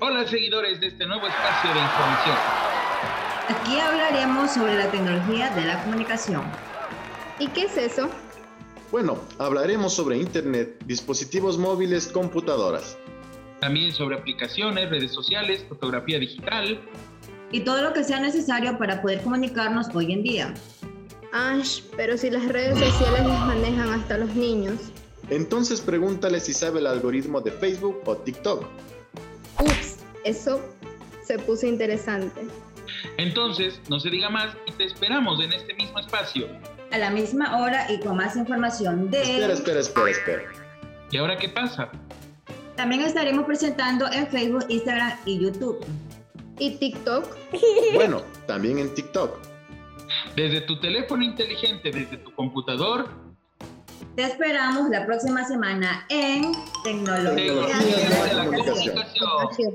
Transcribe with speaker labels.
Speaker 1: Hola seguidores de este nuevo espacio de información.
Speaker 2: Aquí hablaremos sobre la tecnología de la comunicación.
Speaker 3: ¿Y qué es eso?
Speaker 4: Bueno, hablaremos sobre Internet, dispositivos móviles, computadoras.
Speaker 1: También sobre aplicaciones, redes sociales, fotografía digital.
Speaker 2: Y todo lo que sea necesario para poder comunicarnos hoy en día.
Speaker 3: Ash, pero si las redes sociales las manejan hasta los niños.
Speaker 4: Entonces pregúntale si sabe el algoritmo de Facebook o TikTok.
Speaker 3: Ups, eso se puso interesante.
Speaker 1: Entonces, no se diga más y te esperamos en este mismo espacio.
Speaker 2: A la misma hora y con más información de...
Speaker 4: Espera, espera, espera, espera.
Speaker 1: ¿Y ahora qué pasa?
Speaker 2: También estaremos presentando en Facebook, Instagram y YouTube.
Speaker 3: ¿Y TikTok?
Speaker 4: Bueno, también en TikTok.
Speaker 1: Desde tu teléfono inteligente, desde tu computador.
Speaker 2: Te esperamos la próxima semana en Tecnología,
Speaker 1: Tecnología de la comunicación.